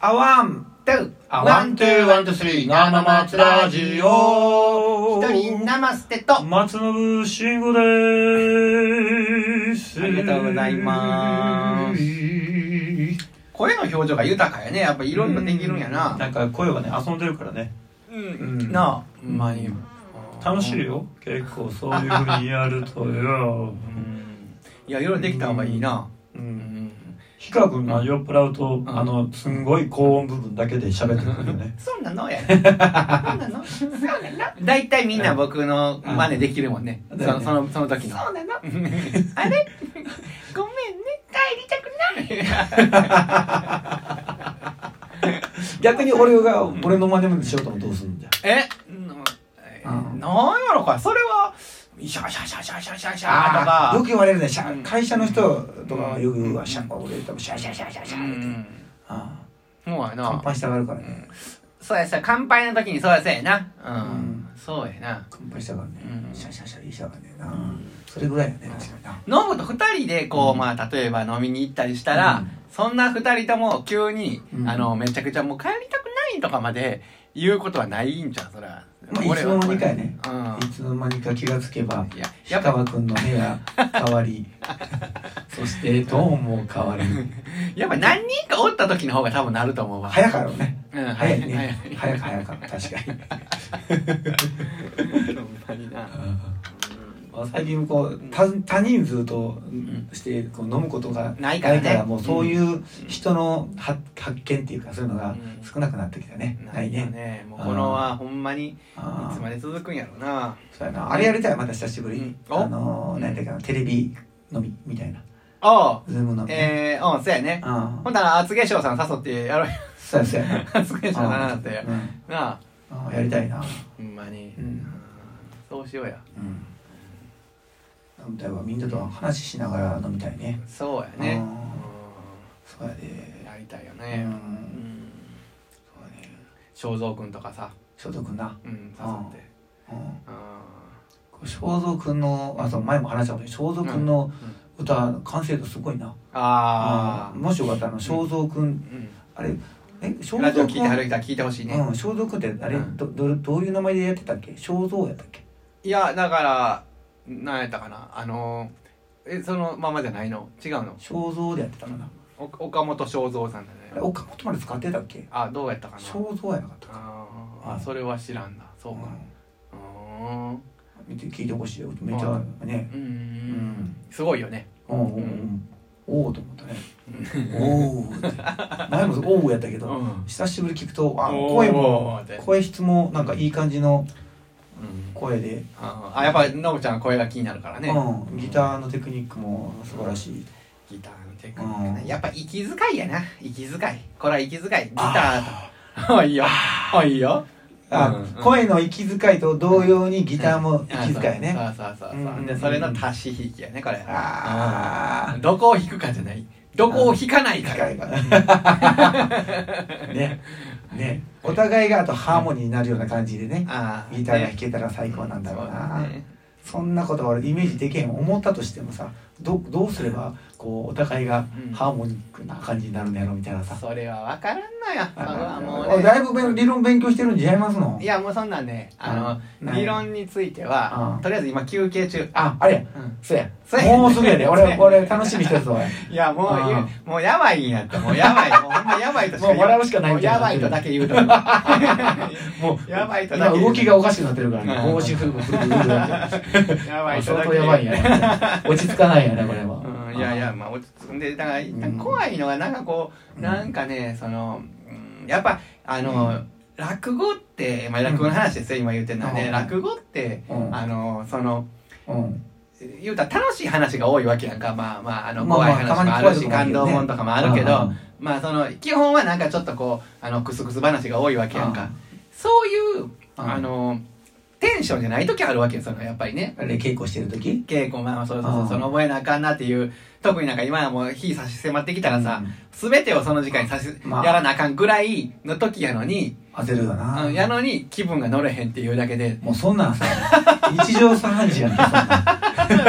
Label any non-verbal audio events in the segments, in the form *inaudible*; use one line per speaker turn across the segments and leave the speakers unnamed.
あわんと
あワン、ツー、ワン、ツー、スリー、生松ラジオ
一人ナマステと
松信慎吾です
ありがとうございます声の表情が豊かやねやっぱいろいろできるんやな
なんか声がね、遊んでるからね。うん
なあほんまに
楽しいよ。結構そういう風にやるとよ。
うんいやいろいろできた方がいいな
う。
うんん
ヒカ君が酔っ払うと、
ん。
あの、すんごい高音部分だけで喋ってくるよね
そうなのや *laughs* ねそうなのそうなの大体みんな僕の真似できるもんね
うん
そのそのその時のそうなの *laughs* あれごめんね帰りたくない
*laughs* 逆に俺が、俺の真似までしようともどうすんじゃ。
えのえ
うん
なんやろかそれはシャシャシャシャシャシャシャと
あ
か
ーよく言われるね。しゃ
うん
会社の人とかはよく言うわ。シャンコ俺多分シャシャシャシャシ
う
ャって。
ん
あ
もうや
あ。乾
な
杯したがるからね。
そうやそうや乾杯の時にそうやそうやなう
うん
んそうやな
乾杯したからね
う。ん
シャシャシャいいしたからねえな。それぐらいよね。確かにな。
飲むと2人でこう、まあ例えば飲みに行ったりしたら、
うん
そんな2人とも急に、
うん
あのめちゃくちゃもう帰りたくないとかまで言うことはないんじゃうそれは、
まあ、いつの間にかやね、
う
いつの間にか気がつけば
んいやや
氷
っぱ
川君の部屋変わ
*laughs*
りそしてどうも変わり
やっぱ何人かおった時の方が多分なると思うわ
早かよね
うん
早いね
早い
早か早か確かに
*laughs* ほんまにな
まあ最近こう多多人数としてこう飲むことが
ないからね
もうそういう人の発発見っていうかそういうのが
うん
少なくなってきたね、ない
よ
ね
ねもうこのはほんまにい
あー
つまで続くんやろうな
そうやなあれやりたいまた久しぶり、
うんお
あのー何だっけなテレビ飲みみたいな
ああ
ズーム飲み、ね
えー、うんそうやね
あ
ほんなら厚化粧さん誘ってやろうよ
そうやそうやな
厚化粧さんなんて
うん
なあ
あやりたいな。
ほんまに、
うん
そうしようや
うん。飲みたいわ。みんなと話ししながら飲みたいね。
そうやね
そうやで。
うんやりたいよ
う。
ね、うんん、
そうやね。
正蔵君とかさ、
正蔵くんな。
うん、誘って
うん。
あ
正蔵くんの、あ、そう、前も話したことに、正蔵くんの
んうん
歌、完成度すごいな。
あ
うんもしよかったら、正蔵くん、
ー、
あれ、え、
う
正
ん、ラジオ
蔵
聞
く
いて
ん
は。る人は聞いてほしいね、
うん、正蔵くんって、あれ、
うん
ど、ど、どういう名前でやってたっけ正蔵やったっけ
いやだからなんやったかなあのー、えそのままじゃないの違うの
正蔵でやってたかな。
お岡本正蔵さんだ
あれ、
ね
岡本まで使ってたっけ
あどうやったかな
正蔵やなかったか。
あー
うん
あそれは知らんなそうか
うん
うーん
見て聞いてほしいよめっちゃね
うん、
うん
すごいよね
うんうんうんおおと思ったねおおーって前もおおやったけど
ん
久しぶり聞くとあ声も
おーって
声質もなんかいい感じの声で、
あーあやっぱりのぶちゃんの声が気になるからね、
うん、ギターのテクニックも素晴らしい
ギターのテクニックね、
うん
やっぱ息遣いやな息遣いこれは息遣いギター *laughs* とあいいよあいいよ
あ、
うん
声の息遣いと同様にギターも息遣いね、
あそうそうそうそう、
うん
でそれの足し引きやねこれ
あ
うんどこを引くかじゃないどこを引かないか
機
*laughs*
会がねねお互いがあとハーモニーになるような感じでね
あ
ギターが弾けたら最高なんだろうな
そうだね
そんなことは俺イメージできへん思ったとしてもさどどうすればこうお互いが
うん
ハーモニックな感じになるんやろみたいなさ、
それは分からんのよそれはもう
あ
ね
だいぶ勉理論勉強してるんじゃいますの
いやもうそんなんねあ
うん
の理論について
う
は
ん
とりあえず今休憩中
ああれや
うん
そうや
そうや
もうすぐやで
そう
俺
や
俺楽しみにしてるぞおい
いやもう
うん
言うもうやばいんやってもう
*laughs*
やばいもうほんまやばいとしか言
もう笑うしかない
もうやばいとだけ言うと
*laughs* もう
やばいとだ
今
け言う
動きがおかしくなってるからね
うん
帽子振る振る振る振る
やばいと
相
だけ
当
言う
やばいんやね落ち着かないんやねこれは
うんいやいやまあ落ち着んでだからなんか怖いのがなんかこ
う
うんなんかねそのうんやっぱあの落語ってまあ落語の話ですよ今言ってるのは
う
ね
ん
落語って
うん
あのその
うん
言うたら楽しい話が多いわけやんかまあまああの
まあま
怖
あ
い話もあるし
たまに
感動
怖い
もん
とこ
とか
も
も
あ
あ
る
る
け
け
どね
どまあその基本はなんかちょっとこうあのクスクス話が多いわけやん
う
か
ん
そういうあのテンションじゃない時あるわけよそのやっぱりね
あれ稽古してる時
稽古まあそうそうそううんその覚えなあかんなっていう特になんか今はもう日差し迫ってきたらさ、
うん
全てをその時間に差し、
まあ
やらなあかんぐらいの時やのに、
焦るだな、
うんやのに気分が乗れへんっていうだ
*laughs*
けで
もうそんなんさ日常茶飯事やんかそんなん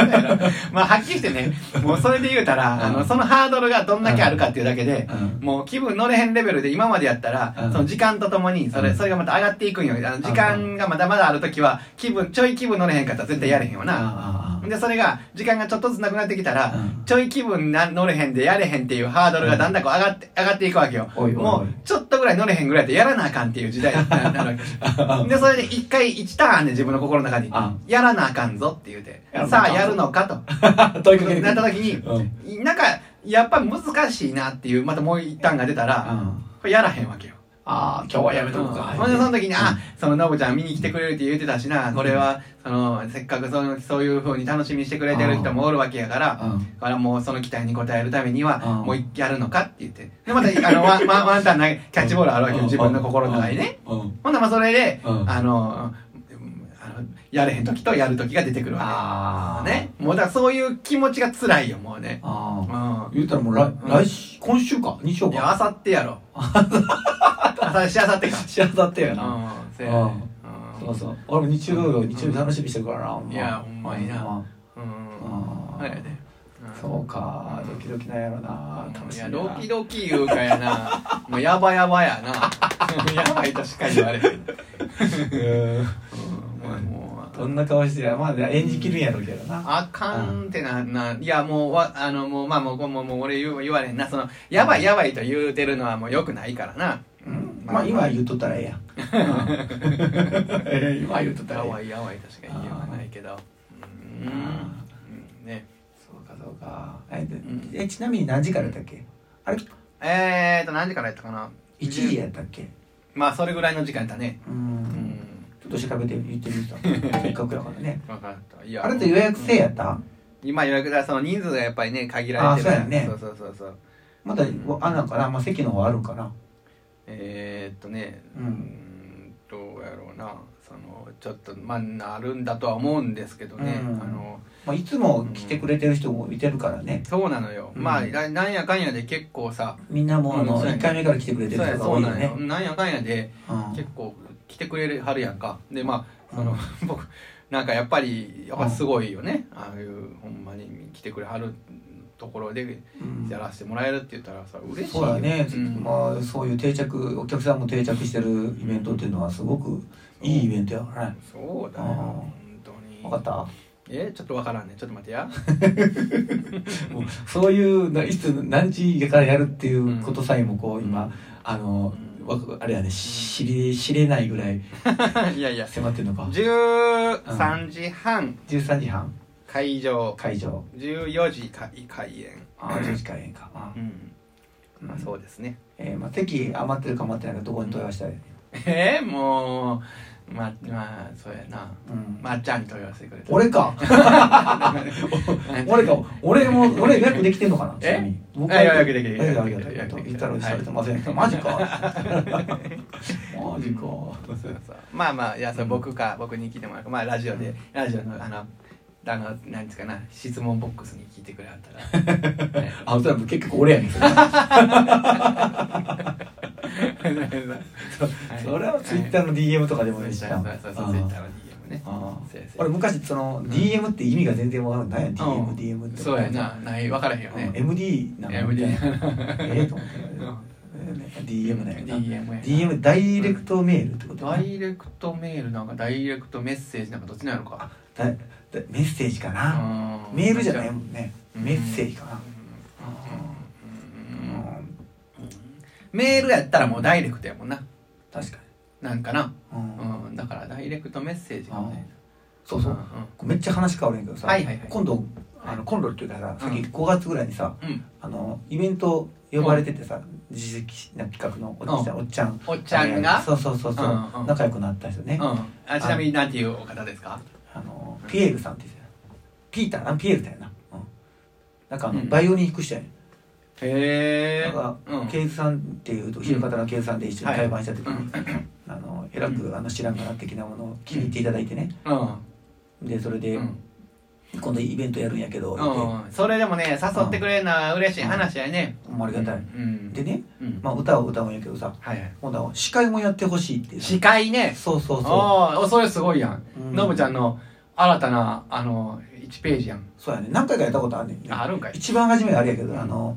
まあはっきりしてねもうそれで言うたら、
うん
あのそのハードルがどんだけあるかっていうだけで、
うん
もう気分乗れへんレベルで今までやったら、
うん
その時間とともにそれ,、
うん
それがまた上がっていくんよあの時間がまだまだある時は気分ちょい気分乗れへんかったら絶対やれへんよな、
ああ
でそれが時間がちょっとずつなくなってきたら、
うん
ちょい気分な乗れへんでやれへんっていうハードルがだんだんこう上がって上がっていくわけよ
おいおいおい
もうちょっとぐらい乗れへんぐらいでやらなあかんっていう時代にななるわけでそれで一回一ターンで自分の心の中に
あ
やらなあかんぞって言うて
やらなあ
さ
かん
あ
ぞ
やるのか
*laughs*
と
あ問いかけて
なった時
う
に
ん、
なんかやっぱ難しいなっていうまたもう一ターンが出た
う
ら、
ん
これやらへんわけよ
ああ今日はやめとこうか、
んほんでその時に、
う
あ
ん
そのノブちゃん見に来てくれるって言ってたしなこれはそのせっかくそのそういう風に楽しみにしてくれてる人もおるわけやから
うん
だからもうその期待に応えるためには
うん
もう一やるのかって言ってでまたあのワンワンワンタン投げキャッチボールあるわけよ自分の心の中にね
うんうん
ほんならまあそれで
うん
あのうんあのやれへん時とやる時が出てくるわ
ああ
けねもうだからそういう気持ちが辛いよもうね
あ
うん
あ言ったらもう来来週今週か日曜
いや
か
あさって
*laughs*
やろあさしあさってか
しあさって
う
や
ん
な
そうやねうん
そうそう俺も日曜日日曜日楽しみにしてるからない
やほんまになうん
あ
あれやで
あそうかドキドキなんやろな楽し
い
み
や
や
ドキドキ言うかやなもうやばやばや
*laughs*
なやばいとしか言われへん、
うん
うんもう
どんな顔してやまあ演じきるんやろうけどな
あかんってなないやもうわあのもうまあもうもうもう俺言う言われんなそのやばいやばいと言うてるのはもうよくないからな
うんまあ今言っとったらええやんうん今言っとったらええ
やばいやばいとしか言いようがないけどうん
あ
うんね
そうかそうかえで
ん
えちなみに何時からだっけあれ
えーと何時からやったかな
1時やったっけ
まあそれぐらいの時間やったね
う
うんん
ちょっと調べて言ってみ
*laughs*
たせっかくやからね
分かったい
あれって予約制やった
今予約だその人数がやっぱりね限られて
あ
る
そうやね
そうそうそうそう
まだあなんかな、まあ、席の方あるんかな
えー、っとね
う
うんーんどうやろうなそのちょっとまあなるんだとは思うんですけどね、
うん
あの
まあ、いつも来てくれてる人もいてるからね、
そうなのよ、
うん
まあななんやかんやで結構さ
みんなもうあ
うん
の
そうやね
1回目から来てくれ
そ
て
う
る
や
人が
そ
多
う
いよ
なん
ね
よ、なんやかんやで結構来てくれるはるやんかでまあその、 *laughs* 僕なんかやっぱりやっぱすごいよね、ああいうほんまに来てくれはるところで
うんうん
やらせてもらえるって言ったらさ嬉しい
そう
よ
だね、
うん
まあそういう定着お客さんも定着してるイベントっていうのはすごくいいイベントやからね
そうだ
あー
よ本当に
分かった
えちょっとわからんねちょっと待ってや *laughs*
もうそういうないつ何時からやるっていうことさえもこう今、
うん
あの、わあれやねし知り知れないぐらい
いやいや
迫ってるのか
13時半
13時半
会場
会場
14時開開演
ああ10時開演かあ
う
ー、
んまあそうですね
えーまあ、席余ってるか余ってないかどこに問い合わせたらいい
えー、もうまあまあそうやな
うん
まっちゃんに問い合わせてくれた
俺か俺か俺も俺予約できてんのかな
え
ちなみに僕
あ予約できてる
えありがとうありが
予
と
約
う
できてる
言ったらされてませんマジかマジか
そうそうそうまあまあいやそれ僕か、僕に聞いてもらうかまあラジオで、
うん
ラジオのあのあのなんですかな質問ボックスに聞いてくれはったら、ね
あそれは結局俺やねんそれ
*laughs*
それはツイッタ
ー
ーの DM とかでもいいし
そ
な
うそうそうツイッターの DM ね
あ
そうやそうや
俺昔その DM って意味が全然わからないや
うん
DMDM って
そうやなない分からへんよ
うん
ね
MD なのみたい
MD
なええと思ってえー DM なんやな
DM やな
DM ダイレクトメールってこと
ダイレクトメールなんかダイレクトメッセージなんかどっちなんやろか
だだメッセージかな
うん
メールじゃないもんね
うん
メッセージかなう
うんうんうん
ん
メールやったらもうダイレクトやもんな
確か
なんかな
にうん
うんだからダイレクトメッセージかもね
そうそうめっちゃ話変わるんやけどさ
はいはいはい
今度あの今度っていうかささっき
うん
5月ぐらいにさ
うんうん
あのイベント呼ばれててさ自責な企画のおっちゃんおっちゃん
おっちゃんが
そうそうそうそう
うんうん
仲良くなった人ね
うんあちなみになんていうお方ですか
あのピエールさんって言ってたピーターなピエールだよな、うん、なんかあの、
うん
バイオリン弾く人やね
へ
な
え
んか、
うん
ケイズさんっていうと昼方のケイズさんで一緒に
はい
対バンした時に、あのえらくあの知らんから的なものを気に入っていただいてね
うん
でそれで、
うん
今度イベントやるんやけど、ってほ
うん、それでもね誘ってくれるのは嬉しい話やね、
んまありがたい、
うん
でね、
うん
まあ、歌を歌うんやけどさ
はいはい
今度は司会もやってほしいって
司会ね
そうそうそ
ああそれすごいやん
うう
ノブちゃんの新たなあの1ページやん
そうやね何回かやったことあんねんね
ああるんかい
一番初めはあれやけど、
うん
あの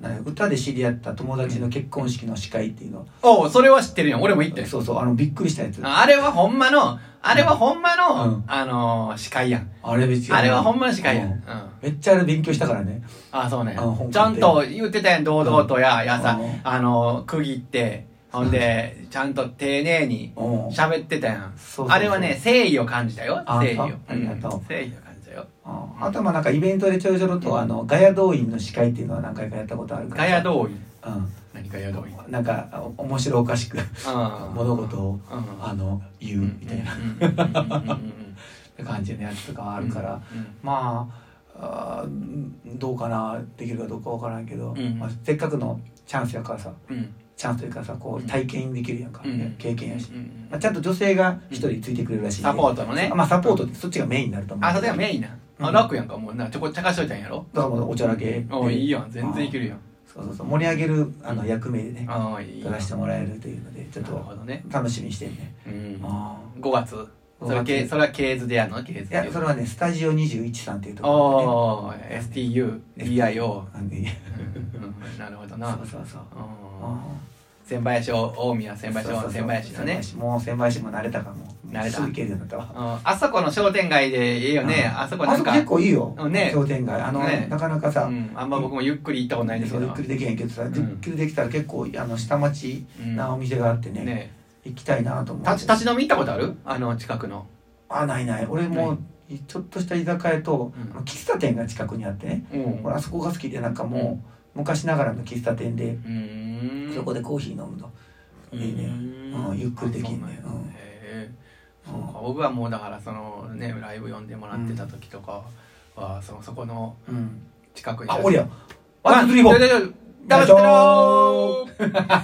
なんや歌で知り合った友達の結婚式の司会っていうの、
おうそれは知ってるやん俺も行ってん
そうそうあのびっくりしたやつあ
あれはほんまのあれはほんまの、
うん
あのー司会やん
れ別に
あれはほんまの司会やん、
う
うんん、あ
めっちゃあれ勉強したからね
あそうね
あ本格的
ちゃんと言ってたやん堂々とや、やさ
うん
あのー区切ってほんでちゃんと丁寧に
うん
喋ってたやん
そうそうそう
あれはね誠意を感じたよ
あ
誠意を、
あありがとう
誠意を感じたよ
うんあとはまあなんかイベントでちょろちょろと、あのガヤ動員の司会っていうのは何回かやったことあるから
ガヤ動員
う
何ガヤ動員
んなんかお面白おかしく物事を
うん
あの言うみたいな
な
感じのやつとかはあるから、まああーどうかなできるかどうかわからんけど、
うん
まあ、せっかくのチャンスやからさ
うん
チャンスというかさこう体験できるやんか、
うん
経験やし、
うんうん
まあ、ちゃんと女性が一人ついてくれるらしいんで
サポートのね
まあサポートってそっちがメインになると思う
あそれはメインな
う
あ
ん
楽やんかもうなちょこちゃかしといたんやろ
だからもうおちゃらけ
おいいやん全然いけるやん
そうそうそう盛り上げるあの役名でね
ああいい
出
な
らせてもらえるというのでちょっ
なる
と
ほどね
楽しみにしてんね
うん
あ
5月それ
5月
けそれはケーズでやるのケーズ
いやそれはねスタジオ21さんっていうところ
おお STUDIO
でねあのいや
うんなるほどな
そうそうそう
うん
あ
千林を大宮
ー
千林
そうそうそう
千林のね
千林もう千林も慣れたかも
慣れた
すぐ行けるようになったわ
うんあそこの商店街でいいよねあそこ
あ
な
そ
ん
こ
か
結構いいよ
うんね
商店街あの
ね
なかなかさ
うん、あんま僕もゆっくり行ったことないんです
そ
け
うゆ
ど
っくりできへんけどさ
ん
ゆっくりできたら結構あの下町
うん
なお店があってね
ね
行きたいなと思う
立ち立ち飲み行ったことあるあの近くの
あないない俺
な
もちょっとした居酒屋と
うん
あの喫茶店が近くにあってね
うん
俺あそこが好きでなんかもう昔ながらの喫茶店で
うん
そこでコーヒー飲むの
うん
いいねうんゆっくりできんね
あそうなん
うん
やへえ
うん
そうか僕はもうだからそのねライブ呼んでもらってた時とかはそのそこの
うん
近くに
あおり
や
ゃワンツースリーフォー
ダメだよ